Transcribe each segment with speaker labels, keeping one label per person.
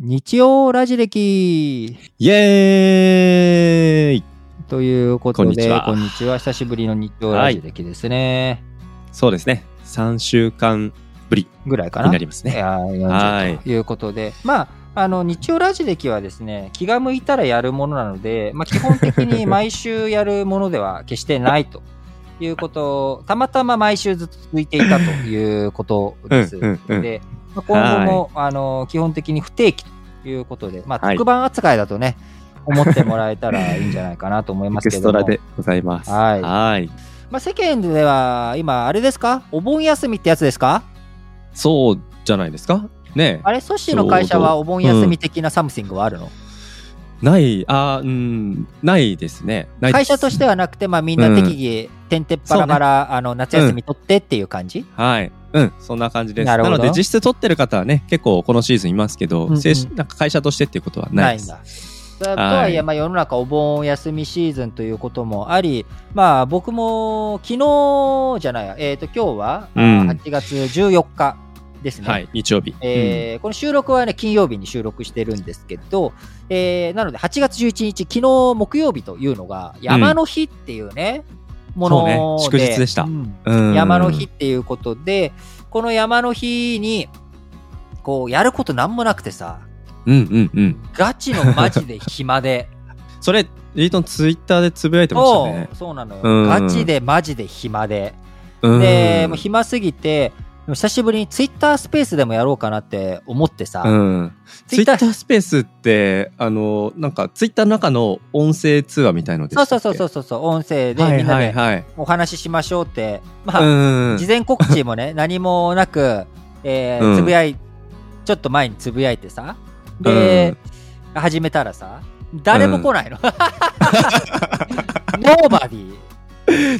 Speaker 1: 日曜ラジ歴
Speaker 2: イエーイ
Speaker 1: ということで、
Speaker 2: こんにちは
Speaker 1: 久しぶりの日曜ラジ歴ですね。
Speaker 2: そうですね。3週間ぶり
Speaker 1: ぐらいかな。
Speaker 2: になります
Speaker 1: い
Speaker 2: ね。
Speaker 1: やー
Speaker 2: はい
Speaker 1: 40ということで、まあ、あの、日曜ラジ歴はですね、気が向いたらやるものなので、まあ、基本的 に毎週やるものでは決してないということ、たまたま毎週ずっと続いていたということ
Speaker 2: うん
Speaker 1: です。
Speaker 2: うんうん。
Speaker 1: で、まあ今後も、あの基本的に不定期ということで、まあ、
Speaker 2: はい
Speaker 1: 特番扱いだとね、思ってもらえたらいいんじゃないかなと思い
Speaker 2: エ
Speaker 1: ます
Speaker 2: ク
Speaker 1: け
Speaker 2: ス
Speaker 1: ど
Speaker 2: ト
Speaker 1: も
Speaker 2: ラでございます。
Speaker 1: はい
Speaker 2: はい。
Speaker 1: まあ、世間では今、あれですかお盆休みってやつですか
Speaker 2: そうじゃないですかね
Speaker 1: あれ、ソッシーの会社はお盆休み的なサムシングはあるの、
Speaker 2: えない、あーうん、ないですね。ないで
Speaker 1: 会
Speaker 2: す
Speaker 1: 社としてはなくて、まあ、みんな適宜、てんてっぱらから、あの夏休み取ってっていう感じ、
Speaker 2: はい。うん、そんな感じです。
Speaker 1: な
Speaker 2: な
Speaker 1: るほど
Speaker 2: ので、実質取ってる方はね、結構このシーズンいますけど、
Speaker 1: うんうん
Speaker 2: 正式なんか会社としてっていうことはないです。
Speaker 1: んだ。だとはいえ、
Speaker 2: はい
Speaker 1: まあ、世の中お盆休みシーズンということもあり、まあ、僕も昨日じゃないや、えっ、と、今日は、あ
Speaker 2: うん
Speaker 1: 8月14日ですね。
Speaker 2: はい、日曜日。
Speaker 1: えーこの収録はね、金曜日に収録してるんですけど、えーなので8月11日、昨日木曜日というのが、山の日っていうね、もので、
Speaker 2: そうね祝日でした
Speaker 1: うん
Speaker 2: うん、うん
Speaker 1: 山の日っ。ていうことで、この山の日に、こう、やることなんもなくてさ、
Speaker 2: うんうんうん。
Speaker 1: ガチのマジで暇 で。
Speaker 2: それ、リートンツイッターでつぶやいてましたね
Speaker 1: そう。そうなのよ、
Speaker 2: うん
Speaker 1: ガチでマジで暇で。
Speaker 2: うん
Speaker 1: で、もう暇すぎて、でも久しぶりにツイッタースペースでもやろうかなって思ってさ、
Speaker 2: うん。ツイッタ
Speaker 1: Twitter
Speaker 2: ースペースって、あの、なんか、ツイッターの中の音声通話みたいので。
Speaker 1: そうそうそうそううそうそう、音声で
Speaker 2: は
Speaker 1: み
Speaker 2: い
Speaker 1: んな
Speaker 2: はい
Speaker 1: で
Speaker 2: はい。
Speaker 1: お話ししましょうって、
Speaker 2: う
Speaker 1: ま
Speaker 2: ん
Speaker 1: あ、事前告知も ね、何もなく、えー
Speaker 2: うん
Speaker 1: つぶやい、ちょっと前につぶやいてさ、
Speaker 2: う
Speaker 1: で
Speaker 2: ん、
Speaker 1: 始めたらさ、誰も来ないの。 ノーバディ。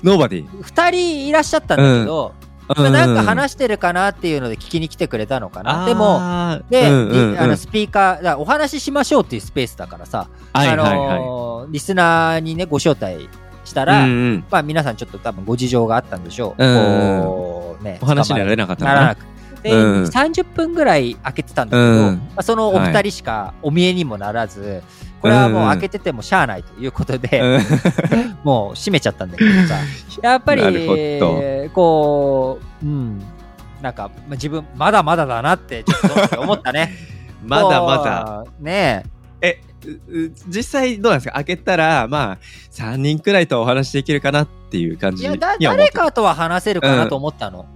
Speaker 2: ノーバディ。
Speaker 1: 二人いらっしゃったんだけど、
Speaker 2: う
Speaker 1: なんか話してるかなっていうので聞きに来てくれたのかな。でも、
Speaker 2: あー
Speaker 1: で、
Speaker 2: うんうんうん
Speaker 1: リあのスピーカー、だからお話ししましょうっていうスペースだからさ、
Speaker 2: はいはい
Speaker 1: あ
Speaker 2: はい。
Speaker 1: のーリスナーにね、ご招待したら、
Speaker 2: うんうん
Speaker 1: まあ皆さんちょっと多分ご事情があったんでしょう。
Speaker 2: うんうん
Speaker 1: こうね、
Speaker 2: お話にな
Speaker 1: な
Speaker 2: れなかった
Speaker 1: ならなくで、
Speaker 2: うん
Speaker 1: 30分ぐらい開けてたんだけど、
Speaker 2: うん
Speaker 1: まあ、そのお二人しかお見えにもならず、これはもう開けててもしゃあないということで、
Speaker 2: うん
Speaker 1: もう閉めちゃったんだけどさ、 やっぱり
Speaker 2: なるほ
Speaker 1: こう、うん、なんかまあ自分、まだまだだなってちょっと思ったね。
Speaker 2: まだまだ。
Speaker 1: こう。ね
Speaker 2: え、うう実際どうなんですか開けたら、まあ、3人くらいとはお話できるかなっていう感
Speaker 1: え。い
Speaker 2: じには
Speaker 1: や
Speaker 2: 思っ
Speaker 1: だ、
Speaker 2: て。
Speaker 1: 誰かとは話せるかなと思ったの。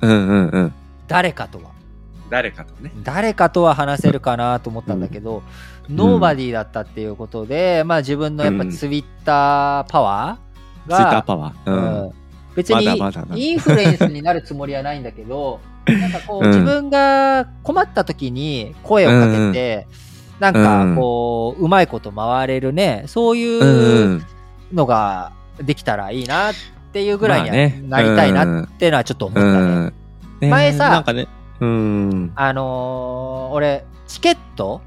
Speaker 2: うんうんうん。
Speaker 1: 誰かとは。
Speaker 2: 誰かとね。
Speaker 1: 誰かとは話せるかなと思ったんだけど、
Speaker 2: うん
Speaker 1: ノーバディだったっていうことで、まあ自分のやっぱ
Speaker 2: うん
Speaker 1: ツイッターパワー
Speaker 2: ツイッター
Speaker 1: が、
Speaker 2: パワー。
Speaker 1: うん
Speaker 2: うん。
Speaker 1: 別に
Speaker 2: まだまだな
Speaker 1: インフルエンスになるつもりはないんだけ ど、なんかこう、
Speaker 2: うん
Speaker 1: 自分が困った時に声をかけて、なんかこう、うまいこと回れるね、そうい
Speaker 2: うんう。
Speaker 1: うんのができたらいいなっていうぐらいに
Speaker 2: まあね
Speaker 1: はなりたいなってのはちょっと思ったね。
Speaker 2: うんね
Speaker 1: 前さ
Speaker 2: なんかね、うん。
Speaker 1: あのー俺、チケット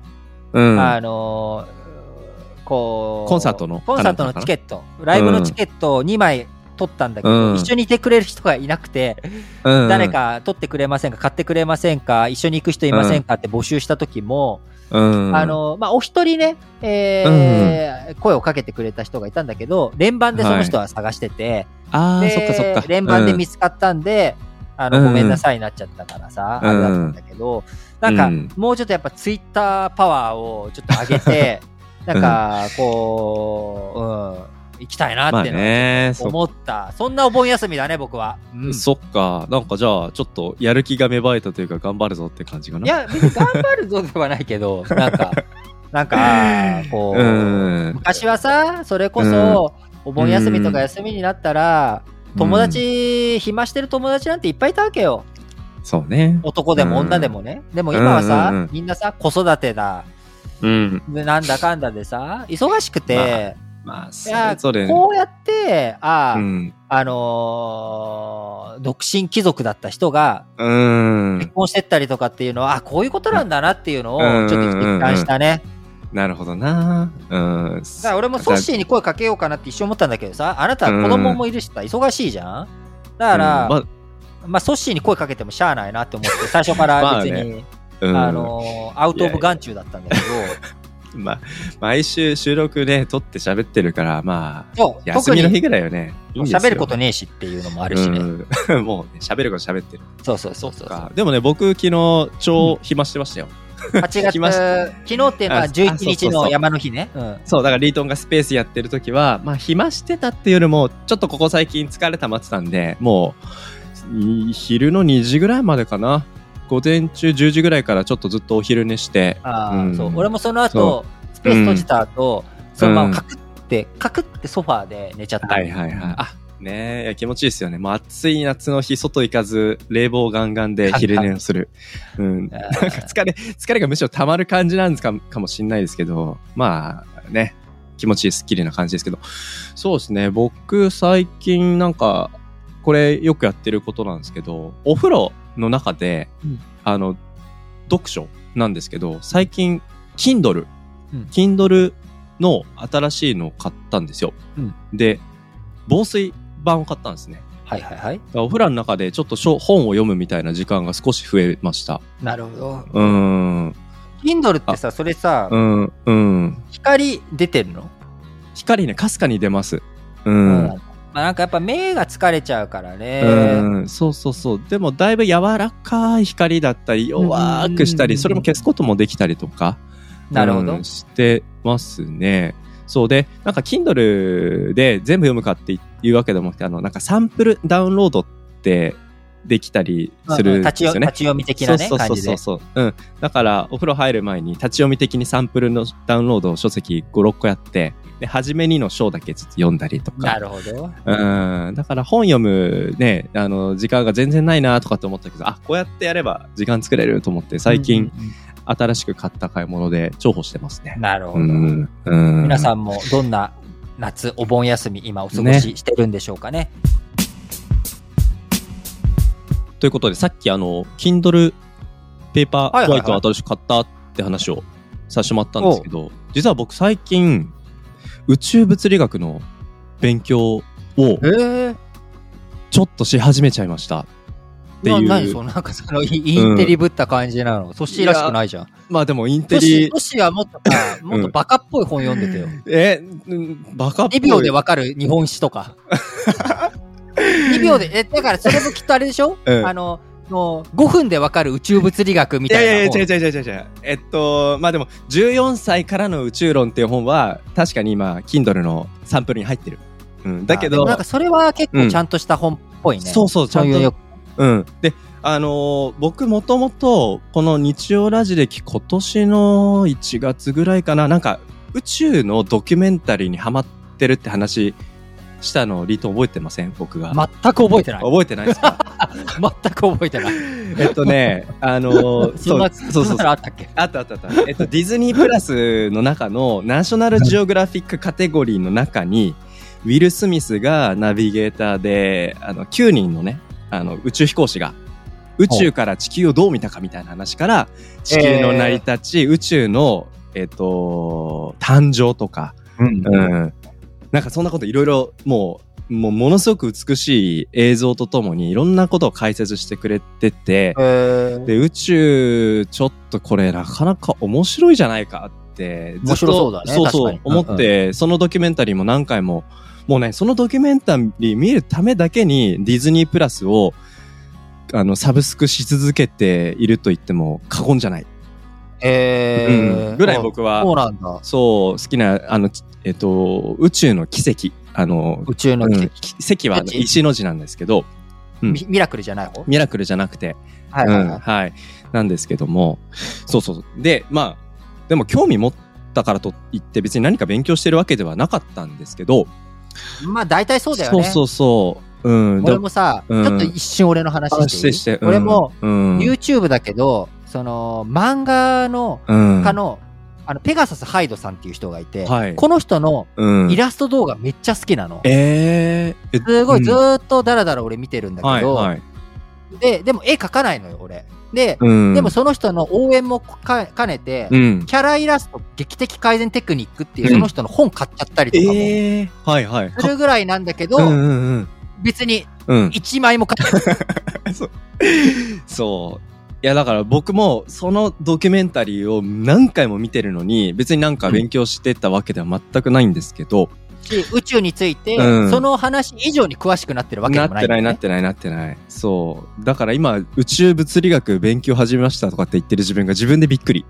Speaker 2: うん。
Speaker 1: あのーこう
Speaker 2: コンサートの
Speaker 1: コンサートのチケットライブのチケットを2枚取ったんだけど、
Speaker 2: うん
Speaker 1: 一緒にいてくれる人がいなくて、
Speaker 2: うん
Speaker 1: 誰、か取ってくれませんか買ってくれませんか一緒に行く人いませんかって募集した時も、
Speaker 2: うん、
Speaker 1: あ、のーまあ、お一人ね、えー声をかけてくれた人がいたんだけど連番でその人は探してて、
Speaker 2: あー
Speaker 1: で
Speaker 2: そっかそっか。
Speaker 1: 連番で見
Speaker 2: つ
Speaker 1: つかったんで、あの
Speaker 2: うん
Speaker 1: ごめんなさいになっちゃったからさ、
Speaker 2: うん
Speaker 1: あれだったんだけど、なんか、
Speaker 2: うん
Speaker 1: もうちょっとやっぱツイッターパワーをちょっと上げて、 なんか、こう、うん、行きたいな
Speaker 2: ま
Speaker 1: っ
Speaker 2: あ
Speaker 1: ていう
Speaker 2: ね、
Speaker 1: のを
Speaker 2: そ
Speaker 1: 思った、そんなお盆休みだね、僕は。うん
Speaker 2: そっか。なんかじゃあ、ちょっとやる気が芽生えたというか、頑張るぞって感じかな。
Speaker 1: い、や、別に頑張るぞではないけ ど、なんか、なんか、こう、
Speaker 2: うん。
Speaker 1: 昔はさ、それこそ、お盆休みとか休みになったら、友達、暇してる友達なんていっぱいいたわけよ。
Speaker 2: そうね。
Speaker 1: 男でも女でもね、でも今はさ、
Speaker 2: うんうんうん
Speaker 1: みんなさ子育てだ
Speaker 2: うん。
Speaker 1: でなんだかんだでさ忙しくて、
Speaker 2: まあ、そ
Speaker 1: いや
Speaker 2: れぞれ。
Speaker 1: こうやってああ、
Speaker 2: うん。
Speaker 1: あのー独身貴族だった人が
Speaker 2: うん
Speaker 1: 結。婚してったりとかっていうのはあこういうことなんだなっていうのを
Speaker 2: うんうんうんうん
Speaker 1: ちょっと実感したね、
Speaker 2: なるほどな。うん。
Speaker 1: だから俺もソッシーに声かけようかなって一瞬思ったんだけどさあなたは子供もいるしさ忙しいじゃんだから、
Speaker 2: うんまあ
Speaker 1: まあ、ソッシーに声かけてもしゃあないなって思って最初から別に、
Speaker 2: うん、
Speaker 1: あの、アウト・オブ・眼中だったんだけど、
Speaker 2: まあ、毎週収録ね、撮って喋ってるから、まあ、
Speaker 1: そう、
Speaker 2: 休
Speaker 1: 特
Speaker 2: みの日
Speaker 1: に
Speaker 2: ぐらいはね、いいですよ
Speaker 1: 喋ることねえしっていうのもあるしね。
Speaker 2: うん、 もうね、喋ること喋ってる。
Speaker 1: そうそうそうそう。
Speaker 2: かでもね、僕、昨日、超暇してましたよ。
Speaker 1: 8月、
Speaker 2: 来ました
Speaker 1: 昨日っていうのは
Speaker 2: あ
Speaker 1: 11
Speaker 2: あそう
Speaker 1: 日
Speaker 2: そうそ
Speaker 1: の
Speaker 2: う
Speaker 1: 山の日ね。うん
Speaker 2: そう、だからリートンがスペースやってる時は、まあ、暇してたっていうよりも、ちょっとここ最近疲れ溜まってたんで、もう、に昼の2時ぐらいまでかな。午前中10時ぐらいからちょっとずっとお昼寝して、
Speaker 1: ああ、
Speaker 2: うん
Speaker 1: そう。俺もその後
Speaker 2: そ、
Speaker 1: スペース閉じた後、そのま
Speaker 2: うん
Speaker 1: まカクって、カクってソファーで寝ちゃった。
Speaker 2: はいはいはい。あねえいや、気持ちいいですよね。もう暑い夏の日、外行かず、冷房ガンガンで昼寝をする。うん。
Speaker 1: あ
Speaker 2: なんか
Speaker 1: ー
Speaker 2: 疲れ、疲れがむしろ溜まる感じなんですかかもしんないですけど、まあね、気持ちいい、スッキリな感じですけど、そうですね、僕最近なんか、これよくやってることなんですけど、お風呂の中で、
Speaker 1: うん
Speaker 2: あの、読書なんですけど、最近、Kindle、
Speaker 1: うん
Speaker 2: Kindle の新しいのを買ったんですよ。
Speaker 1: うん
Speaker 2: で、防水版を買ったんですね。
Speaker 1: はいはいはい。
Speaker 2: だからお風呂の中でちょっと書本を読むみたいな時間が少し増えました。
Speaker 1: なるほど。
Speaker 2: うーん。
Speaker 1: Kindle ってさ、それさ、
Speaker 2: うん。うん。
Speaker 1: 光出てるの
Speaker 2: 光ね、かすかに出ます。
Speaker 1: う
Speaker 2: う。
Speaker 1: んまあなんかやっぱ目が疲れちゃうからね。
Speaker 2: うん、そうそうそう。でも、だいぶ柔らかい光だったり、弱くした
Speaker 1: う
Speaker 2: り、
Speaker 1: ん
Speaker 2: それも消すこともできたりとか、
Speaker 1: なるほど
Speaker 2: うん。してますね。そうで、なんか、Kindle で全部読むかっていうわけでもなくて、あの、なんかサンプルダウンロードってできたりす
Speaker 1: うんう
Speaker 2: る
Speaker 1: ん
Speaker 2: ん
Speaker 1: 立
Speaker 2: です
Speaker 1: ち
Speaker 2: よ
Speaker 1: よ
Speaker 2: ね
Speaker 1: 立。ち読み的なね、
Speaker 2: そうそ
Speaker 1: 感
Speaker 2: う
Speaker 1: じ
Speaker 2: そ
Speaker 1: で
Speaker 2: う。そうそう、うん、だからお風呂入る前に立ち読み的にサンプルのダウンロードを書籍56個やってで初めにの章だけちょっと読んだりと
Speaker 1: な
Speaker 2: か
Speaker 1: るほど。
Speaker 2: うんだから本読むねあの時間が全然ないなとかって思ったけどあこうやってやれば時間作れると思って最
Speaker 1: う
Speaker 2: 近
Speaker 1: んうんうん。
Speaker 2: 新しく買った買い物で重宝してますね。
Speaker 1: なるほ
Speaker 2: う
Speaker 1: ど。
Speaker 2: んうん、
Speaker 1: 皆さ
Speaker 2: ん
Speaker 1: んもどんな夏、お盆休み、今お過ごししてるんでしょうかね。
Speaker 2: ということでさっきあの Kindle ペーパ
Speaker 1: はいは
Speaker 2: ーホ
Speaker 1: い
Speaker 2: ワイト
Speaker 1: はい
Speaker 2: を新しく買ったって話をさせてもらったんですけど、実は僕最近宇宙物理学の勉強を
Speaker 1: え
Speaker 2: ちょっとし始めちゃいました。ていう
Speaker 1: 何そのなんかそのイインテリぶった感じなの。ソシーらしくないじゃん。
Speaker 2: まあでもインテ
Speaker 1: トシ
Speaker 2: リ
Speaker 1: ト、シはもっとさ、もっとバカっぽい本読んでてよ。
Speaker 2: え、うんバカっぽい。
Speaker 1: 2秒でわかる日本史と か。2秒で、え、だからそれもきっとあれでしょ、
Speaker 2: うん
Speaker 1: あの、もう5分でわかる宇宙物理学み
Speaker 2: い
Speaker 1: た
Speaker 2: や
Speaker 1: いな
Speaker 2: いやい
Speaker 1: 本。
Speaker 2: や、違う違う違う違う違う。えっと、まあでも、14歳からの宇宙論っていう本は、確かに今、Kindle のサンプルに入ってる。うん。だけ
Speaker 1: で
Speaker 2: ど
Speaker 1: も、なんかそれは結構ちゃんとした本っぽいね。
Speaker 2: そうそう、ちゃん
Speaker 1: そういうよ
Speaker 2: と。うん。で、あのー僕もともと、この日曜ラジ歴今年の1月ぐらいかな、なんか、宇宙のドキュメンタリーにハマってるって話したの、リート覚えてません僕が。
Speaker 1: 全く覚えてない。
Speaker 2: 覚えてないですか
Speaker 1: 全く覚えてない。
Speaker 2: えっとね、あ のー
Speaker 1: そんな、
Speaker 2: そうそう
Speaker 1: そ
Speaker 2: そ
Speaker 1: ん
Speaker 2: う
Speaker 1: な。のあったっけ
Speaker 2: あったあったあった。えっと、ディズニープラスの中の、ナショナルジオグラフィックカテゴリーの中に、ウィル・スミスがナビゲーターで、あの、9人のね、あの、宇宙飛行士が、宇宙から地球をどう見たかみたいな話から、地球の成り立ち、宇宙の、えっと、誕生とか、
Speaker 1: うん
Speaker 2: うん。なんかそんなこといろいろ、もう、もうものすごく美しい映像とともにいろんなことを解説してくれてて、で宇宙ちょっとこれなかなか面白いじゃないかってずっと
Speaker 1: 面白そうだね
Speaker 2: そうそ
Speaker 1: 確
Speaker 2: う
Speaker 1: かに
Speaker 2: 思って、そのドキュメンタリーも何回ももうねそのドキュメンタリー見るためだけにディズニープラスをあのサブスクし続けていると言っても過言じゃない、
Speaker 1: え
Speaker 2: うんぐらい僕は
Speaker 1: そうなんだ。
Speaker 2: そう好きなあのちえっと宇宙の奇跡あの
Speaker 1: 宇宙の
Speaker 2: う
Speaker 1: 奇
Speaker 2: ん
Speaker 1: 跡。
Speaker 2: き奇跡はあの
Speaker 1: 奇跡
Speaker 2: 石の字なんですけどうん
Speaker 1: ミミラクルじゃない方
Speaker 2: ミラクルじゃなくて
Speaker 1: はいは
Speaker 2: はいい
Speaker 1: はい。
Speaker 2: はい。なんですけども、そうそうそう。で、まあ、でも興味持ったからといって別に何か勉強してるわけではなかったんですけど、
Speaker 1: まあ大体そうだよ
Speaker 2: そ
Speaker 1: ね。
Speaker 2: うそうそう。うん。
Speaker 1: 俺もさ、
Speaker 2: うん
Speaker 1: ちょっと一瞬俺の話
Speaker 2: 安
Speaker 1: してい
Speaker 2: 心
Speaker 1: い
Speaker 2: して。うん
Speaker 1: 俺も、、
Speaker 2: うん
Speaker 1: YouTube だけど、その、漫画の、
Speaker 2: うん
Speaker 1: 家の、あの、ペガサス・ハイドさんっていう人がいて、
Speaker 2: はい
Speaker 1: この人の
Speaker 2: うん
Speaker 1: イラスト動画めっちゃ好きなの。
Speaker 2: えーえ
Speaker 1: すごい、ず
Speaker 2: っ
Speaker 1: ーっとダラダラ俺見てるんだ
Speaker 2: と
Speaker 1: けど、
Speaker 2: はいはい。
Speaker 1: で、でも絵描かないのよ、俺。で、
Speaker 2: うん。
Speaker 1: でも、その人の応援もか兼ねて、
Speaker 2: うん。
Speaker 1: キャライラスト劇的改善テクニックっていう
Speaker 2: うん
Speaker 1: その人の本買っちゃったりとかも
Speaker 2: えーはいはい。
Speaker 1: するぐらいなんだけど、
Speaker 2: うんうんうん。
Speaker 1: 別に
Speaker 2: うん。
Speaker 1: 1枚も買ってない
Speaker 2: そう。いやだから僕もそのドキュメンタリーを何回も見てるのに別になんか勉強してたわけでは全くないんですけど、
Speaker 1: し宇宙について、
Speaker 2: うん
Speaker 1: その話以上に詳しくなってるわけで
Speaker 2: な
Speaker 1: も
Speaker 2: っ
Speaker 1: な
Speaker 2: て
Speaker 1: いんだ
Speaker 2: ない
Speaker 1: よね、
Speaker 2: なってないなってないそうだから今宇宙物理学勉強始めましたとかって言ってる自分が自分でびっくり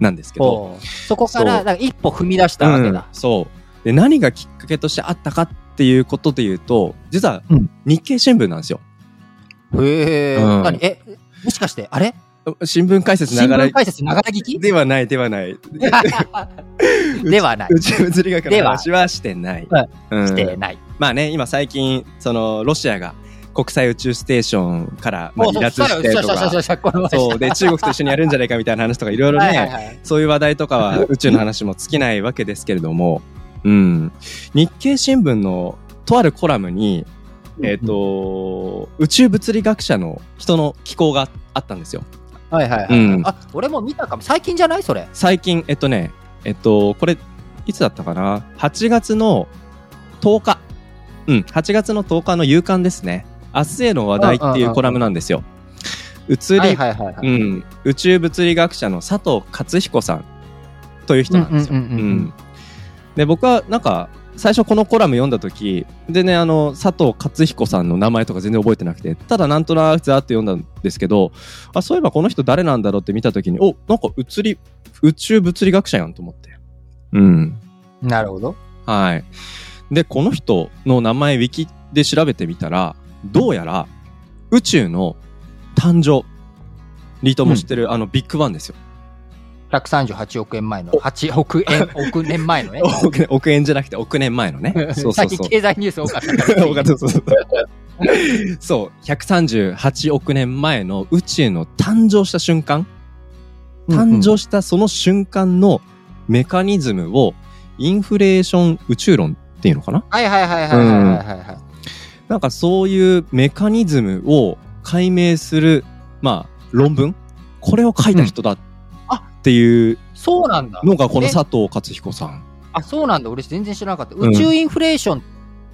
Speaker 2: なんですけど
Speaker 1: おうそこから
Speaker 2: そう
Speaker 1: なんか一歩踏み出したわけだ
Speaker 2: うん、そうで何がきっかけとしてあったかっていうことで言うと実は
Speaker 1: うん
Speaker 2: 日経新聞なんですよ、
Speaker 1: へえ、
Speaker 2: うん
Speaker 1: 何えもしかしてあれ
Speaker 2: 新聞解説
Speaker 1: 新
Speaker 2: ながら
Speaker 1: 聞解説ながら聞 き
Speaker 2: ではないではない
Speaker 1: ではない
Speaker 2: 宇宙物理学の話はしてない
Speaker 1: は、
Speaker 2: うん
Speaker 1: してない、
Speaker 2: まあね今最近そのロシアが国際宇宙ステーションから、まあ、離脱してと
Speaker 1: そうそうそう
Speaker 2: か
Speaker 1: そうこの前
Speaker 2: そうで中国と一緒にやるんじゃないかみたいな話とかいろいろね、
Speaker 1: はいはいはい
Speaker 2: そういう話題と かは宇宙の話も尽きないわけですけれども、うん。日経新聞のとあるコラムに、えっ、と、宇宙物理学者の人の寄稿があったんですよ。
Speaker 1: はいはいはい、
Speaker 2: うん
Speaker 1: あ俺も見たかも最近じゃないそれ
Speaker 2: 最近、えっとね、えっと、これ、いつだったかな ?8 月の10日。うん、8月の10日の夕刊ですね。明日への話題っていうコラムなんですよ。宇宙
Speaker 1: はい
Speaker 2: り、
Speaker 1: はいはいはい、
Speaker 2: うん、宇宙物理学者の佐藤勝彦さんという人なんですよ。
Speaker 1: うんうんうん
Speaker 2: う
Speaker 1: うんうん
Speaker 2: ん、で僕はなんか最初このコラム読んだ時でねあの佐藤勝彦さんの名前とか全然覚えてなくてただなんとなくざーっと読んだんですけどあそういえばこの人誰なんだろうって見た時におなんか移り宇宙物理学者やんと思ってうん
Speaker 1: なるほど
Speaker 2: はいでこの人の名前ウィキで調べてみたらどうやら宇宙の誕生リトも知ってる、あのビッグバンですよ
Speaker 1: 138億円前の8億円億年前のね
Speaker 2: 億年億円じゃなくて億年前のねそうそ
Speaker 1: 最
Speaker 2: う
Speaker 1: 近
Speaker 2: そう
Speaker 1: 経済ニュース多かった から
Speaker 2: そうそうそうそう。そう、138億年前の宇宙の誕生した瞬間、誕生したその瞬間のメカニズムをインフレーション宇宙論っていうのかな
Speaker 1: はいはいはいはいはいはいはいはい、
Speaker 2: なんかそういうメカニズムを解明する、まあ、論文これを書いた人だっていう
Speaker 1: そうなんだ
Speaker 2: のがこの
Speaker 1: え
Speaker 2: 佐藤勝彦さん。
Speaker 1: あそうなんだ俺全然知らなかった
Speaker 2: うん
Speaker 1: 宇宙インフレーションっ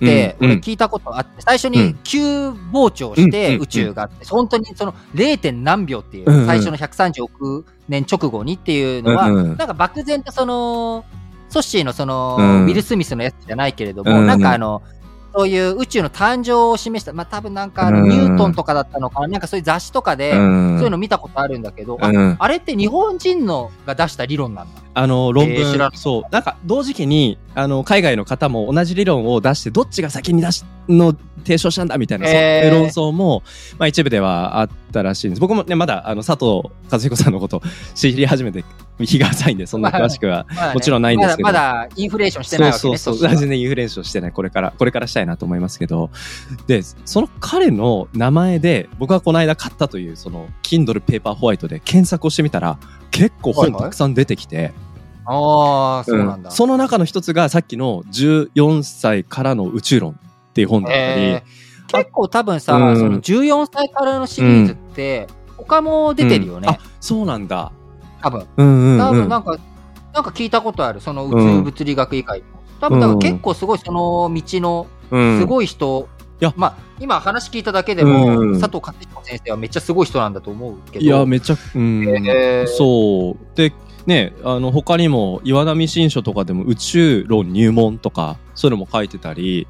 Speaker 1: て
Speaker 2: うん
Speaker 1: 俺聞いたことあって、最初
Speaker 2: う
Speaker 1: に
Speaker 2: ん
Speaker 1: 急膨張して
Speaker 2: うん
Speaker 1: 宇宙があって、本当にその 0. 何秒っていう
Speaker 2: うんうん
Speaker 1: 最初の130億年直後にっていうのは、
Speaker 2: うんう ん
Speaker 1: なんか漠然とそのソッシーのその、
Speaker 2: うん
Speaker 1: ウィル・スミスのやつじゃないけれど
Speaker 2: うん
Speaker 1: も、
Speaker 2: うん
Speaker 1: なんかあのそういう宇宙の誕生を示したまあ多分なんかあの、
Speaker 2: うん
Speaker 1: ニュートンとかだったのかななんかそういう雑誌とかで、
Speaker 2: うん
Speaker 1: そういうの見たことあるんだけど、あ
Speaker 2: うん
Speaker 1: あれって日本人のが出した理論なんだ
Speaker 2: あの論文、
Speaker 1: えー知らなかった
Speaker 2: そうなんか同時期にあの海外の方も同じ理論を出してどっちが先に出しの提唱したんだみたいな、
Speaker 1: えー
Speaker 2: そういう論争も、まあ、一部ではあったらしいんです僕もねまだあの佐藤和彦さんのこと知り始めて日が浅いんでそんな詳しくは、
Speaker 1: まだね
Speaker 2: もちろんないんですけど
Speaker 1: まだまだインフレーションしてないわけ
Speaker 2: そ
Speaker 1: ね。
Speaker 2: うそう
Speaker 1: そ
Speaker 2: そ
Speaker 1: う
Speaker 2: う
Speaker 1: そう
Speaker 2: 全然インフレーションしてないこれからこれからしたいなと思いますけどでその彼の名前で僕がこの間買ったというその Kindle ペーパーホワイトで検索をしてみたら結構
Speaker 1: はいは
Speaker 2: 本
Speaker 1: い
Speaker 2: たくさん出てきて、
Speaker 1: ああ、そうなんだ。
Speaker 2: その中の一つがさっきの14歳からの宇宙論っていう本だったり、
Speaker 1: えー結構多分さ、
Speaker 2: うん
Speaker 1: その14歳からのシリーズって、他も出てるよね、
Speaker 2: うんあそうなんだ。
Speaker 1: 多分。
Speaker 2: うんうん、うん。
Speaker 1: 多分なんか、なんか聞いたことある、その宇宙物理学以外にも。多分だから結構すごいその道のす
Speaker 2: い。
Speaker 1: ごい人、
Speaker 2: いや
Speaker 1: まあ今話聞いただけでも、
Speaker 2: うん
Speaker 1: 佐藤勝彦先生はめっちゃすごい人なんだと思うけど。
Speaker 2: いや、めちゃ、うん。
Speaker 1: えー
Speaker 2: そう。で、ね、あの、他にも、岩波新書とかでも宇宙論入門とか、そういうのも書いてたり、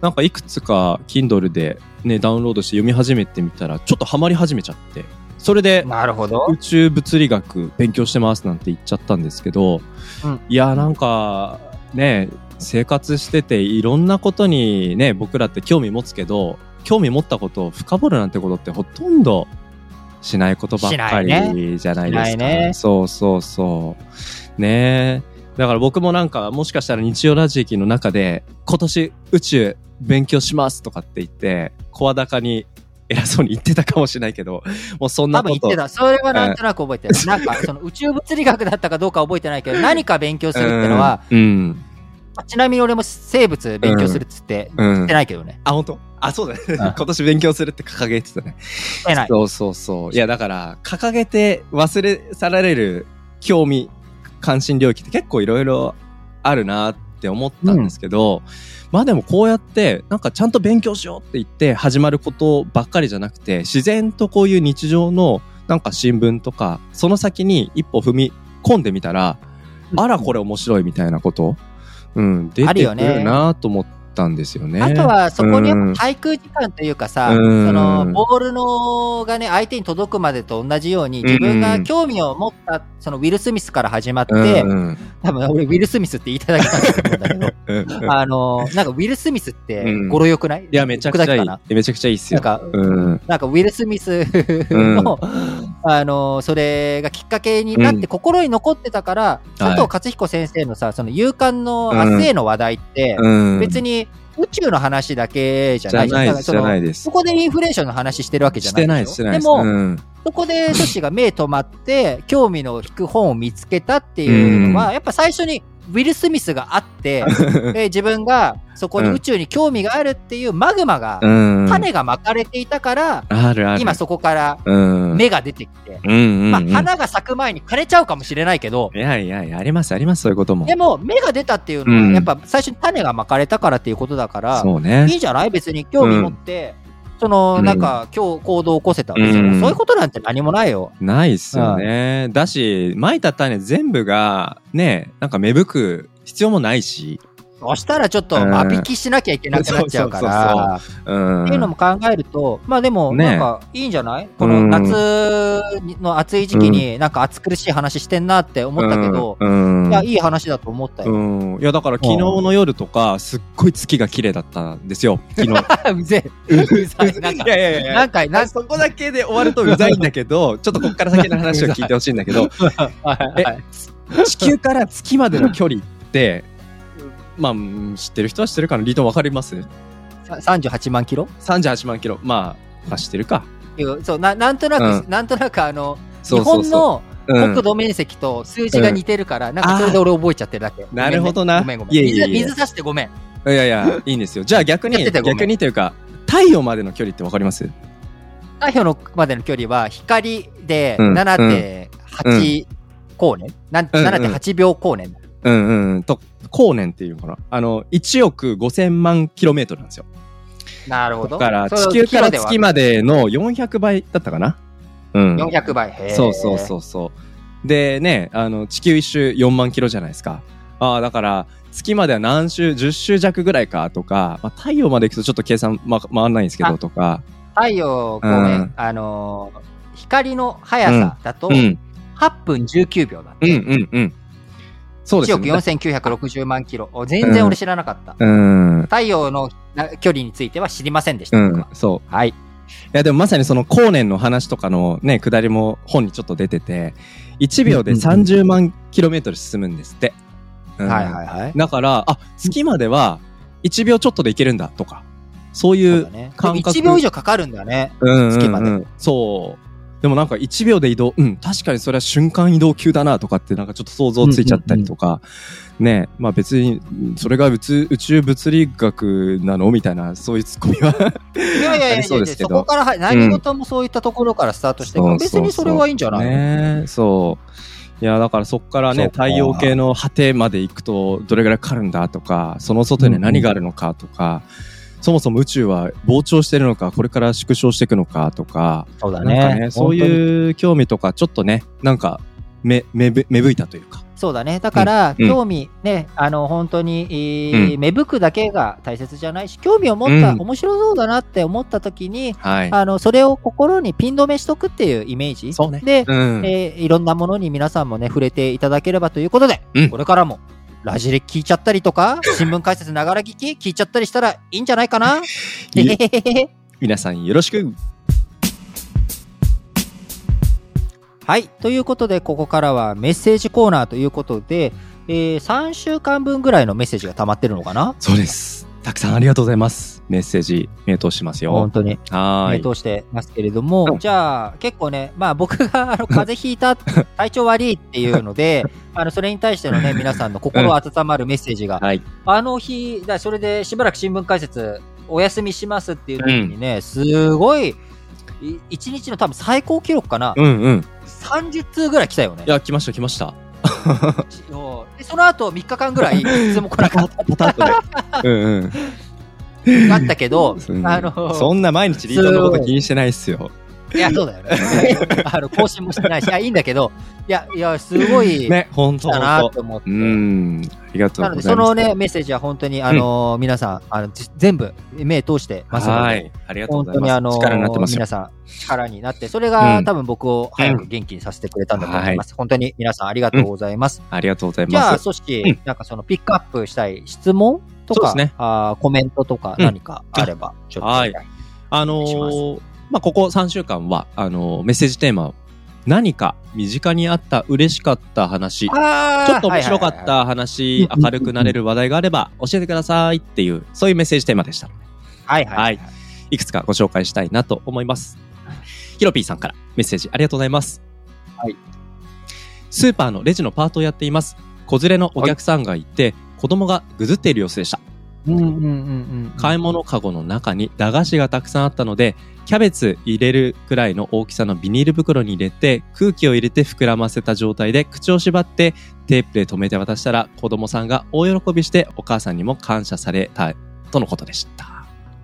Speaker 2: なんかいくつか Kindle でね、ダウンロードして読み始めてみたら、ちょっとハマり始めちゃって、それで、
Speaker 1: なるほど。
Speaker 2: 宇宙物理学勉強してますなんて言っちゃったんですけど、
Speaker 1: うん
Speaker 2: いやなんかね生活してていろんなことにね僕らって興味持つけど興味持ったことを深掘るなんてことってほとんどしないことばっか
Speaker 1: しない
Speaker 2: りじゃないで
Speaker 1: しな
Speaker 2: すか。
Speaker 1: いね
Speaker 2: そうそうそう。ねえだから僕もなんかもしかしたら日曜ラジキの中で今年宇宙勉強しますとかって言って声高に偉そうに言ってたかもしれないけどもうそん
Speaker 1: 多
Speaker 2: なこ
Speaker 1: 分
Speaker 2: と
Speaker 1: 言ってた。それはなんとなく覚えてる。なんか、その宇宙物理学だったかどうか覚えてないけど、何か勉強するってのは、
Speaker 2: うん。
Speaker 1: ちなみに俺も生物勉強するっつって、
Speaker 2: うん
Speaker 1: 言ってないけどね。
Speaker 2: あ、本当あ、そうだ
Speaker 1: うん
Speaker 2: ね。 今年勉強するって掲げてたね。
Speaker 1: 言ってない。
Speaker 2: そうそうそう。いや、だから、掲げて忘れ去られる興味、関心領域って結構いろいろあるなって思ったんですけど、まあでもこうやって、なんかちゃんと勉強しようって言って始まることばっかりじゃなくて、自然とこういう日常のなんか新聞とか、その先に一歩踏み込んでみたら、あらこれ面白いみたいなこと、うん、出
Speaker 1: ある
Speaker 2: て
Speaker 1: よ
Speaker 2: く
Speaker 1: ね
Speaker 2: るなと思ったんですよね。
Speaker 1: あとはそこにやっ
Speaker 2: うん
Speaker 1: ぱ滞空時間というかさ、
Speaker 2: うん
Speaker 1: そのボールのがね、相手に届くまでと同じように、自分が興味を持った、そのウィル・スミスから始まって、
Speaker 2: うんうん
Speaker 1: 多分俺、ウィル・スミスって言いただけたんだと思うんだけど、
Speaker 2: うん
Speaker 1: あの、なんかウィル・スミスって
Speaker 2: うん
Speaker 1: 語呂よくない、
Speaker 2: いや、めちゃくちゃい
Speaker 1: 僕だけか
Speaker 2: い
Speaker 1: な。
Speaker 2: めちゃくちゃいいっす
Speaker 1: なん
Speaker 2: よ。
Speaker 1: か、
Speaker 2: うん。
Speaker 1: なんかウィル・スミスの、あの、それがきっかけになっ
Speaker 2: うん
Speaker 1: て心に残ってたから、佐藤勝彦先生のさ、その勇敢の明日への話題って、
Speaker 2: うん。
Speaker 1: 別に宇宙の話だけじゃ
Speaker 2: じ
Speaker 1: な
Speaker 2: ゃ
Speaker 1: い
Speaker 2: ないです、
Speaker 1: そ
Speaker 2: じゃ
Speaker 1: の
Speaker 2: ないです
Speaker 1: そ。こでインフレーションの話してるわけじゃ
Speaker 2: し
Speaker 1: ないで
Speaker 2: てないです、してないです。
Speaker 1: も、
Speaker 2: うん
Speaker 1: そこで女子が目止まって、興味の引く本を見つけたっていうのは、
Speaker 2: う
Speaker 1: やっぱ最初にウィル・スミスがあ って、で自分がそこに宇宙に興味があるっていうマグマが、
Speaker 2: うん。
Speaker 1: 種が巻かれていたから、
Speaker 2: あるある。
Speaker 1: 今そこから
Speaker 2: うん。
Speaker 1: 芽が出てきて、
Speaker 2: うんうんうん。
Speaker 1: まあ、花が咲く前に枯れちゃうかもしれないけど、
Speaker 2: いやいやいや、あります、あります、そういうことも
Speaker 1: で。も芽が出たっていうのは、
Speaker 2: うん
Speaker 1: やっぱ最初に種が巻かれたからっていうことだから、
Speaker 2: そうね
Speaker 1: い。いじゃない別に興味持って、その、
Speaker 2: うん
Speaker 1: なんか、今日行動を起こせたわけじゃん
Speaker 2: うん
Speaker 1: そういうことなんて何もないよ。
Speaker 2: ないっすよね。だし、まいた種全部が、ね、なんか芽吹く必要もないし。
Speaker 1: そしたらちょっと、
Speaker 2: うん
Speaker 1: 間引きしなきゃいけなくなっちゃうから、
Speaker 2: うん。
Speaker 1: っていうのも考えると、まあでも、
Speaker 2: ね
Speaker 1: なんか、いいんじゃないこの夏の暑い時期に、なんか暑苦しい話してんなって思ったけど、
Speaker 2: うん。うん
Speaker 1: いや、いい話だと思ったよ。
Speaker 2: うん、いやだから昨日の夜とかすっごい月が綺麗だったんですよ昨 日
Speaker 1: うぜえ。うざい。なんか
Speaker 2: い、やいやいや
Speaker 1: なんか、なんか、
Speaker 2: そこだけで終わるとうざいんだけ どちょっとこっから先の話を聞いてほしいんだけどえ 地球から月までの距離ってまあうん知ってる人は知ってるかなリートンわかります
Speaker 1: 38万キロ
Speaker 2: 38万キロまあ走ってるか
Speaker 1: っていうそうな、なんとなく、
Speaker 2: う
Speaker 1: なんとなく、あの、日
Speaker 2: そうそ
Speaker 1: 本
Speaker 2: うそ
Speaker 1: の、
Speaker 2: ううん
Speaker 1: 国土面積と数字が似てるから、なんかそれで俺覚えちゃってるだけ。
Speaker 2: なるほどな
Speaker 1: ごめんごめん。
Speaker 2: いえいえいえ
Speaker 1: 水水差してごめん。
Speaker 2: いやいやいいんですよじゃあ逆
Speaker 1: やっ
Speaker 2: に
Speaker 1: てたよごめん
Speaker 2: 逆にというか太陽までの距離ってわかります
Speaker 1: 太陽のまでの距離は光で
Speaker 2: うん
Speaker 1: 7.8光年、なん
Speaker 2: うんうん
Speaker 1: 7.8秒光年。
Speaker 2: うんうんうんと光年っていうのかなあの1億5000万キロメートルなんですよ
Speaker 1: なるほ
Speaker 2: だ
Speaker 1: ど。
Speaker 2: から
Speaker 1: そ
Speaker 2: 地
Speaker 1: れ
Speaker 2: 球
Speaker 1: を
Speaker 2: から
Speaker 1: キロで
Speaker 2: 月までの400倍だったかなうん
Speaker 1: 割る400倍。へー
Speaker 2: そうそうそうそうでねあの地球一周4万キロじゃないですかああだから月までは何周10周弱ぐらいかとか、まあ、太陽まで行くとちょっと計算、ま、回んないんですけど
Speaker 1: あ
Speaker 2: とか
Speaker 1: 太陽光年、
Speaker 2: うん
Speaker 1: あのー光の速さだと
Speaker 2: うん
Speaker 1: 8分19秒だっ
Speaker 2: うん
Speaker 1: て。
Speaker 2: うんうんそうです
Speaker 1: 1
Speaker 2: よ
Speaker 1: 億
Speaker 2: ね
Speaker 1: 4960万キロ。お全然俺知らなかった。
Speaker 2: うんう
Speaker 1: 太陽のな距離については知りませんでした。僕
Speaker 2: ん
Speaker 1: は
Speaker 2: そう
Speaker 1: はい。
Speaker 2: いやでもまさにその後年の話とかのね下りも本にちょっと出てて1秒で30万キロメートル進むんですって、うん
Speaker 1: はいはいはい。
Speaker 2: だからあ月までは1秒ちょっとで行けるんだとかそうい
Speaker 1: そうだ
Speaker 2: う
Speaker 1: ね。
Speaker 2: 感覚
Speaker 1: 1秒以上かかるんだよね。
Speaker 2: うんうんうん
Speaker 1: 月まで
Speaker 2: そうでもなんか1秒で移動うん確かにそれは瞬間移動級だなとかってなんかちょっと想像ついちゃったりとか、ねまあ別にうんそれが宇宙宇宙物理学なのみたいなそういうツッコミはい
Speaker 1: やいやいやい
Speaker 2: あ
Speaker 1: や、
Speaker 2: りそうですけ
Speaker 1: そ
Speaker 2: ど
Speaker 1: こから入何事もそういったところからスタートしていく、
Speaker 2: そうそう
Speaker 1: 別
Speaker 2: そう
Speaker 1: にそれはいいんじゃない、
Speaker 2: ねそういやだからそこから
Speaker 1: そ
Speaker 2: ね
Speaker 1: うか
Speaker 2: 太陽系の果てまで行くとどれぐらいかかるんだとかその外には何があるのかとか、そもそも宇宙は膨張してるのかこれから縮小していくのかとか
Speaker 1: そうだ
Speaker 2: なんかねそう
Speaker 1: う。
Speaker 2: いう興味とかちょっとねなんか芽芽ぶ芽吹いたというか
Speaker 1: そうだね。だから、
Speaker 2: うん
Speaker 1: 興味、ね、あの、本当に、えー
Speaker 2: う
Speaker 1: 芽吹くだけが大切じゃないし、興味を持った、
Speaker 2: うん
Speaker 1: 面白そうだなって思った時に、
Speaker 2: はい
Speaker 1: あの、それを心にピン止めしとくっていうイメージ。
Speaker 2: そうね
Speaker 1: で、
Speaker 2: うん、
Speaker 1: えーいろんなものに皆さんもね、触れていただければということで、
Speaker 2: うん
Speaker 1: これからも、ラジレ聞いちゃったりとか、新聞解説ながら聞き、聞いちゃったりしたらいいんじゃないかなへへへへへ。
Speaker 2: 皆さんよろしく
Speaker 1: はい。ということで、ここからはメッセージコーナーということで、えー3週間分ぐらいのメッセージが溜まってるのかな
Speaker 2: そうですたくさんありがとうございますメッセージ目通します
Speaker 1: 本
Speaker 2: よ
Speaker 1: 当に、
Speaker 2: はー
Speaker 1: 目
Speaker 2: い
Speaker 1: 通してますけれども、
Speaker 2: うん
Speaker 1: じゃあ、結構ね、まあ僕があ の風邪ひいた、体調悪いっていうので、あのそれに対してのね、皆さんの心温まるメッセージが、
Speaker 2: はい
Speaker 1: あの日、だからそれでしばらく新聞解説、お休みしますっていう時にね、すごい、い一日の多分最高記録かな、
Speaker 2: うんうん
Speaker 1: 30通ぐらい来たよね
Speaker 2: い。や来ました来ました
Speaker 1: でその後3日間ぐらい、いつも来なかった。
Speaker 2: ポタッとねうんうん、
Speaker 1: あったけど
Speaker 2: うん
Speaker 1: あの、
Speaker 2: そんな毎日リートンのこと気にしてないっすよ。
Speaker 1: いや、そうだよね。 あの、更新もしてないし、いや、いいんだけど、いや、いや、すごい、
Speaker 2: ね、本当
Speaker 1: だな
Speaker 2: 本
Speaker 1: と思って。
Speaker 2: 当うん。ありがとう
Speaker 1: な
Speaker 2: ご
Speaker 1: の
Speaker 2: ざいま
Speaker 1: で、
Speaker 2: す。
Speaker 1: そのね、メッセージは本当に、あのー皆さん、あの、ぜ全部、目通してますの
Speaker 2: は
Speaker 1: で、
Speaker 2: い。ありがとう
Speaker 1: 本当
Speaker 2: ござ
Speaker 1: に
Speaker 2: います。
Speaker 1: あのー
Speaker 2: 力になってますよ
Speaker 1: 皆。さん、力になって、それが、
Speaker 2: うん
Speaker 1: 多分僕を早く元気にさせてくれたんだと思います。本当に皆さんありがとうございます。
Speaker 2: ありがとうござい
Speaker 1: じゃ
Speaker 2: ま
Speaker 1: あ、
Speaker 2: す。
Speaker 1: 組織、
Speaker 2: うん
Speaker 1: なんかその、ピックアップしたい質問とか、
Speaker 2: そうですね
Speaker 1: あーコメントとか
Speaker 2: うん
Speaker 1: 何かあれば、ちょっと、
Speaker 2: はいあの
Speaker 1: お願い
Speaker 2: ーまあ、ここ3週間は、あのーメッセージテーマを何か身近にあった嬉しかった話、ち
Speaker 1: あー
Speaker 2: ょっと面白か
Speaker 1: はい
Speaker 2: っ
Speaker 1: はい
Speaker 2: た話、
Speaker 1: うんうんうん
Speaker 2: 明るくなれる話題があれば教えてくださいっていう、そういうメッセージテーマでした。
Speaker 1: はいはいはいはい。
Speaker 2: いくつかご紹介したいなと思います。ヒロピーさんからメッセージありがとうございます。
Speaker 1: はい。
Speaker 2: スーパーのレジのパートをやっています。子連れのお客さんがいて、子供がぐずっている様子でした。
Speaker 1: うんうんうんうん。
Speaker 2: 買い物かごの中に駄菓子がたくさんあったので、キャベツ入れるくらいの大きさのビニール袋に入れて、空気を入れて膨らませた状態で口を縛ってテープで留めて渡したら、子供さんが大喜びしてお母さんにも感謝されたとのことでした。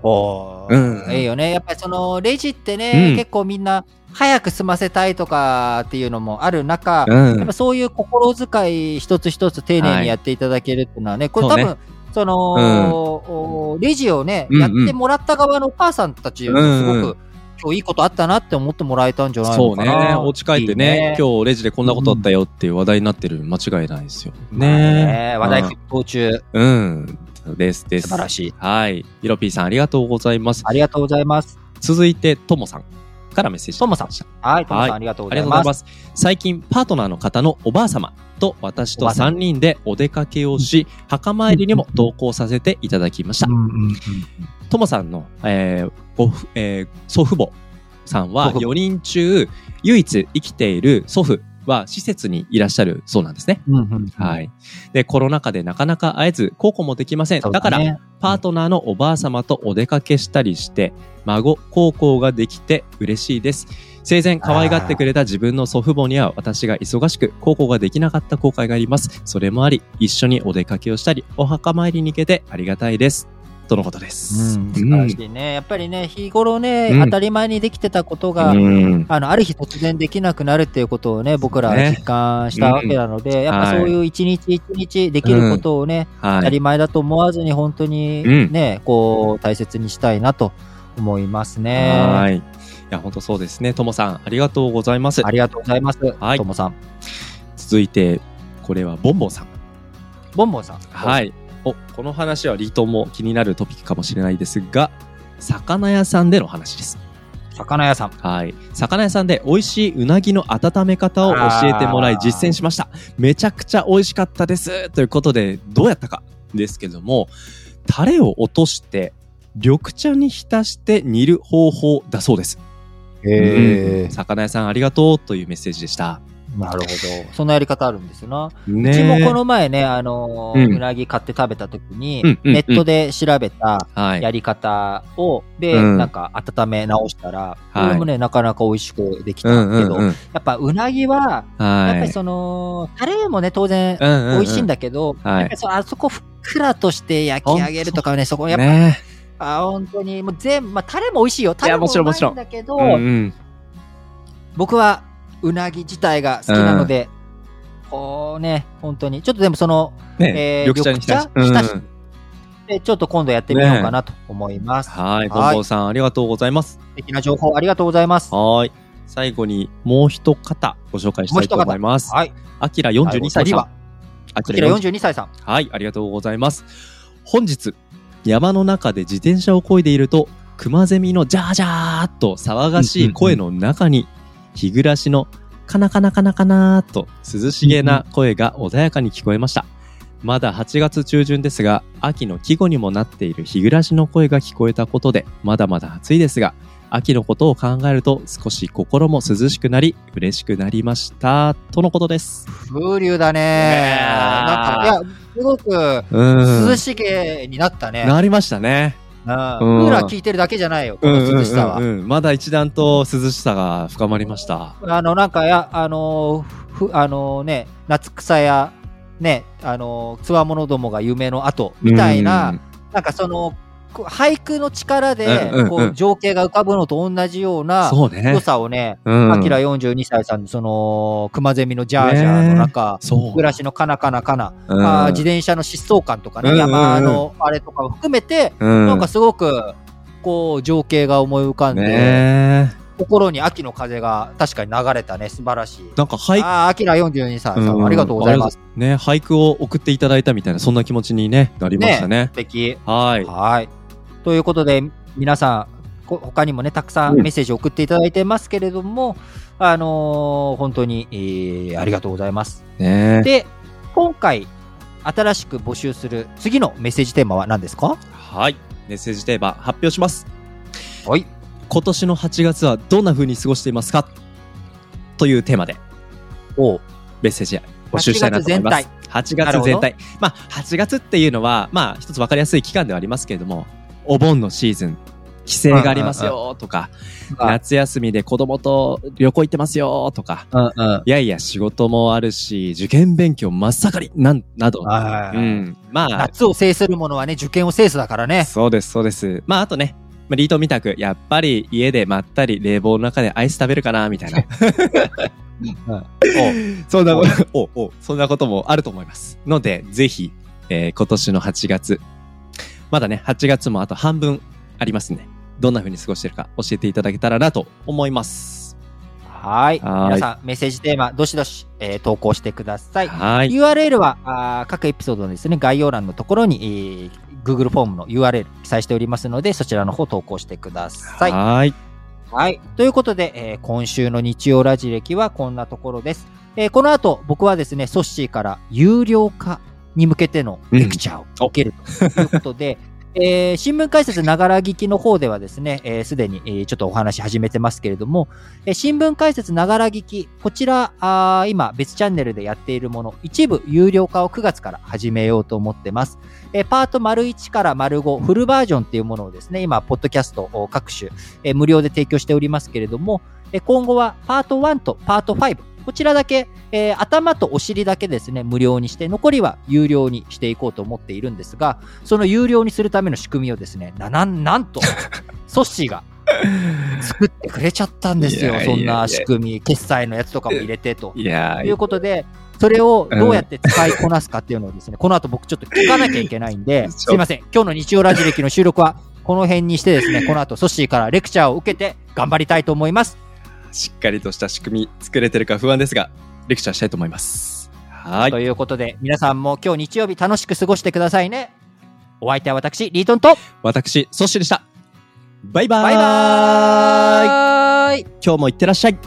Speaker 1: お
Speaker 2: ーうん
Speaker 1: いいよね。やっぱりそのレジってね、
Speaker 2: うん
Speaker 1: 結構みんな早く済ませたいとかっていうのもある中、や
Speaker 2: う
Speaker 1: っぱそういう心遣い一つ一つ丁寧
Speaker 2: は
Speaker 1: に
Speaker 2: い
Speaker 1: やっていただけるっていうのはね、これ
Speaker 2: そ
Speaker 1: 多
Speaker 2: うね
Speaker 1: 分、その、
Speaker 2: うん
Speaker 1: おレジをね、
Speaker 2: うん
Speaker 1: や
Speaker 2: う
Speaker 1: っ
Speaker 2: ん
Speaker 1: てもらった側のお母さんたちにもすごく、
Speaker 2: うんうん
Speaker 1: 今日いいことあったなって思ってもらえたんじゃない
Speaker 2: そ
Speaker 1: の
Speaker 2: う
Speaker 1: か
Speaker 2: ね
Speaker 1: な。。
Speaker 2: お家帰ってね今日レジでこんなことあったよっていう話題になってる、間違いないですよ。
Speaker 1: 日ね話題沸騰中、
Speaker 2: うん。ですです。
Speaker 1: 素晴らしい。
Speaker 2: はい。ヒロピーさんありがとうございます。
Speaker 1: ありがとうございます。
Speaker 2: 続いて、ともさんからメッセージ。
Speaker 1: ともさん
Speaker 2: あり
Speaker 1: はい、ともさん、
Speaker 2: はい
Speaker 1: ありがとうござ
Speaker 2: が
Speaker 1: い
Speaker 2: とうござ
Speaker 1: ま
Speaker 2: い
Speaker 1: す。
Speaker 2: ます。最近、パートナーの方のおばあ様と私と
Speaker 1: おばあさん
Speaker 2: 3人でお出かけをし、墓参りにも同行させていただきました。ともさんの、えーごふえー祖父母さん
Speaker 1: 祖
Speaker 2: は
Speaker 1: 父母
Speaker 2: 4人中唯一生きている祖父は施設にいらっしゃるそうなんですね。
Speaker 1: うんうんうん
Speaker 2: はい。で、コロナ禍でなかなか会えず、孝行もできません。
Speaker 1: そう
Speaker 2: だから、
Speaker 1: ね
Speaker 2: パートナーのおばあ様とお出かけしたりして、孫、孝行ができて嬉しいです。生前可愛がってくれた自分の祖父母には私が忙しく孝行ができなかった後悔があります。それもあり、一緒にお出かけをしたり、お墓参りに行けてありがたいです。とのことです。
Speaker 1: うん、素晴らしいね。やっぱりね、日頃ね、
Speaker 2: うん
Speaker 1: 当たり前にできてたことが、
Speaker 2: うん
Speaker 1: あの、ある日突然できなくなるっていうことをね、僕らは
Speaker 2: ね
Speaker 1: 実感したわけなので、やっぱそういう一日一日できることをね、当
Speaker 2: は
Speaker 1: た
Speaker 2: い。
Speaker 1: り前だと思わずに本当に
Speaker 2: うん
Speaker 1: ね、こう、大切にしたいなと思いますね。
Speaker 2: はい。いや、本当そうですね。ともさん、ありがとうございます
Speaker 1: あ。りがとうございます、
Speaker 2: はい
Speaker 1: ともさん。
Speaker 2: 続いて、これはボンボンさん。
Speaker 1: ボンボンさん。。
Speaker 2: はいい。お、この話は離島も気になるトピックかもしれないですが、魚屋さんでの話です。
Speaker 1: 魚屋さん。
Speaker 2: はい。魚屋さんで美味しいうなぎの温め方を教えてもらい
Speaker 1: あー
Speaker 2: 実践しました。めちゃくちゃ美味しかったです。ということで、どうやったかですけども、タレを落として、緑茶に浸して煮る方法だそうです。うん魚屋さんありがとうというメッセージでした。
Speaker 1: なるほど。そんなやり方あるんですよな。
Speaker 2: ね
Speaker 1: うちもこの前ね、あのー
Speaker 2: うん
Speaker 1: うなぎ買って食べた時に、
Speaker 2: うんうん
Speaker 1: ネットで調べた
Speaker 2: はい。
Speaker 1: やり方を、で、
Speaker 2: うん
Speaker 1: なんか温め直したら、
Speaker 2: はい
Speaker 1: これもね、なかなか美味しくできた
Speaker 2: うん
Speaker 1: けど、
Speaker 2: んうんうん。
Speaker 1: やっぱうなぎは、やっぱ
Speaker 2: は
Speaker 1: り
Speaker 2: い。
Speaker 1: その、タレもね、当然
Speaker 2: 美
Speaker 1: 美味しいんだけど、
Speaker 2: はい
Speaker 1: やっぱりそあそこふっくらとして焼き上げるとかね、そこやっぱ、
Speaker 2: ね。
Speaker 1: あ本当に、もう全部、まあタレも美味しいよ。タレも
Speaker 2: もち
Speaker 1: 美
Speaker 2: ろんも
Speaker 1: 味
Speaker 2: ち
Speaker 1: しい
Speaker 2: ろん
Speaker 1: んだけど、
Speaker 2: うんうん。
Speaker 1: 僕はうなぎ自体が好きなので、こうね、本当に。ちょっとでもその、え
Speaker 2: ね、
Speaker 1: ー
Speaker 2: 緑茶に浸し
Speaker 1: 緑茶
Speaker 2: うん
Speaker 1: 浸しでちょっと今度やってみようかなと思います。
Speaker 2: はい、
Speaker 1: はい
Speaker 2: ボンボンさんありがとうございます。
Speaker 1: 素敵な情報ありがとうございます。
Speaker 2: はーい。最後にもう一方ご紹介したいと思います。
Speaker 1: はい。
Speaker 2: あきら42歳
Speaker 1: 最後二人
Speaker 2: さん
Speaker 1: は。
Speaker 2: あ
Speaker 1: こ
Speaker 2: き
Speaker 1: ち
Speaker 2: ら
Speaker 1: ら
Speaker 2: 42
Speaker 1: 42歳さん。
Speaker 2: はい、ありがとうございます。本日、山の中で自転車を漕いでいると、クマゼミのジャージャーっと騒がしい声の中に、日暮らしのカナカナカナカナーっと涼しげな声が穏やかに聞こえました。まだ8月中旬ですが、秋の季語にもなっている日暮らしの声が聞こえたことで、まだまだ暑いですが、秋のことを考えると少し心も涼しくなり、嬉しくなりました。とのことです。
Speaker 1: 風流だね
Speaker 2: ね。え
Speaker 1: なんか、いや、すごく
Speaker 2: うん
Speaker 1: 涼。しげになったね。
Speaker 2: なりましたね。
Speaker 1: うん
Speaker 2: うん
Speaker 1: クーラー効いてるだけじゃないよ、この涼しさ
Speaker 2: うんう
Speaker 1: は。
Speaker 2: んうんうんまだ一段と涼しさが深まりました。
Speaker 1: あの、なんか、や、あのー、ふ、あのーね、夏草や、ね、あのー、つわものどもが夢の後、みたいな、なんかその、こう俳句の力で
Speaker 2: うんうんうん
Speaker 1: こう情景が浮かぶのと同じような
Speaker 2: そうね
Speaker 1: 良。さをね、
Speaker 2: うん。
Speaker 1: アキラ42歳さんのその熊ゼミのジャージャーの中、
Speaker 2: そう。
Speaker 1: 暮らしのカナカナカナ、
Speaker 2: うん
Speaker 1: あー自転車の疾走感とかね、
Speaker 2: うんうんうん
Speaker 1: 山のあれとかを含めて、
Speaker 2: うん。
Speaker 1: なんかすごくこう情景が思い浮かんで、
Speaker 2: ねえ。
Speaker 1: 心に秋の風が確かに流れたね、素晴らしい。
Speaker 2: なんか俳句、
Speaker 1: ああ、アキラ42歳さん、
Speaker 2: うん
Speaker 1: ありがとうございます。
Speaker 2: ね、俳句を送っていただいたみたいな、そんな気持ちにね、なりましたね。
Speaker 1: 素敵。
Speaker 2: はい。
Speaker 1: はい。ということで、皆さん、こ他にもね、たくさん
Speaker 2: うん
Speaker 1: メッセージ送っていただいてますけれども、あのー本当に、えーありがとうございます。
Speaker 2: ね
Speaker 1: で、今回、新しく募集する次のメッセージテーマは何ですか
Speaker 2: はい。メッセージテーマ発表します。
Speaker 1: はい。
Speaker 2: 今年の8月はどんな風に過ごしていますかというテーマで
Speaker 1: お
Speaker 2: メッセージ募集したいなと思います。8
Speaker 1: なる
Speaker 2: 月
Speaker 1: ほど
Speaker 2: 全体。まあ、8月っていうのは、まあ、一つ分かりやすい期間ではありますけれども、お盆のシーズン、帰省がありますよとか、夏休みで子供と旅行行ってますよとか、
Speaker 1: うんうん。
Speaker 2: いやいや仕事もあるし、受験勉強真っ盛りなん、など。
Speaker 1: はい
Speaker 2: うん。まあ、
Speaker 1: 夏を制するものはね、受験を制すだからね。
Speaker 2: そうです、そうです。まあ、あとね、まあ、リートみたく、やっぱり家でまったり冷房の中でアイス食べるかな、みたいな。 そんな、お、お、そんなこともあると思います。ので、ぜひ、えー今年の8月、まだね、8月もあと半分ありますね。どんな風に過ごしてるか教えていただけたらなと思います。
Speaker 1: はい。
Speaker 2: はい
Speaker 1: 皆さん、メッセージテーマ、どしどし、えー投稿してください。
Speaker 2: はい。
Speaker 1: URL はあー各エピソードのですね、概要欄のところに、えー Google フォームの URL 記載しておりますので、そちらの方投稿してください。はい
Speaker 2: はい。
Speaker 1: ということで、えー今週の日曜ラジ歴はこんなところです。えーこの後、僕はですね、ソッシーから有料化に向けてのレクチャーを受けるということで、 えー新聞解説ながら聞きの方ではですね、えーすでに、えーちょっとお話し始めてますけれども、えー新聞解説ながら聞き、こちら、あー今別チャンネルでやっているもの、一部有料化を9月から始めようと思ってます。えーパート丸1から丸5、フルバージョンっていうものをですね、今、ポッドキャストを各種、えー無料で提供しておりますけれども、えー今後はパート1とパート5、こちらだけ、えー頭とお尻だけですね、無料にして、残りは有料にしていこうと思っているんですが、その有料にするための仕組みをですね、な、なん、なん と、ソッシーが作ってくれちゃったんですよ
Speaker 2: いやいや
Speaker 1: そ
Speaker 2: い
Speaker 1: ん
Speaker 2: や
Speaker 1: な仕組み、決済のやつとかも入れてと。
Speaker 2: いや
Speaker 1: と
Speaker 2: ー
Speaker 1: いうことで、それをどうやって使いこなすかっていうのをですね、この後僕ちょっと聞かなきゃいけないん で、すいません、今日の日曜ラジ歴の収録はこの辺にしてですね、この後ソッシーからレクチャーを受けて頑張りたいと思います。
Speaker 2: しっかりとした仕組み作れてるか不安ですが、レクチャーしたいと思います。はい
Speaker 1: と。いうことで、皆さんも今日日曜日楽しく過ごしてくださいね。お相手は私、リートンと、
Speaker 2: 私、ソッシーでした。バイバーイ
Speaker 1: バイバーイ
Speaker 2: 今日もいってらっしゃい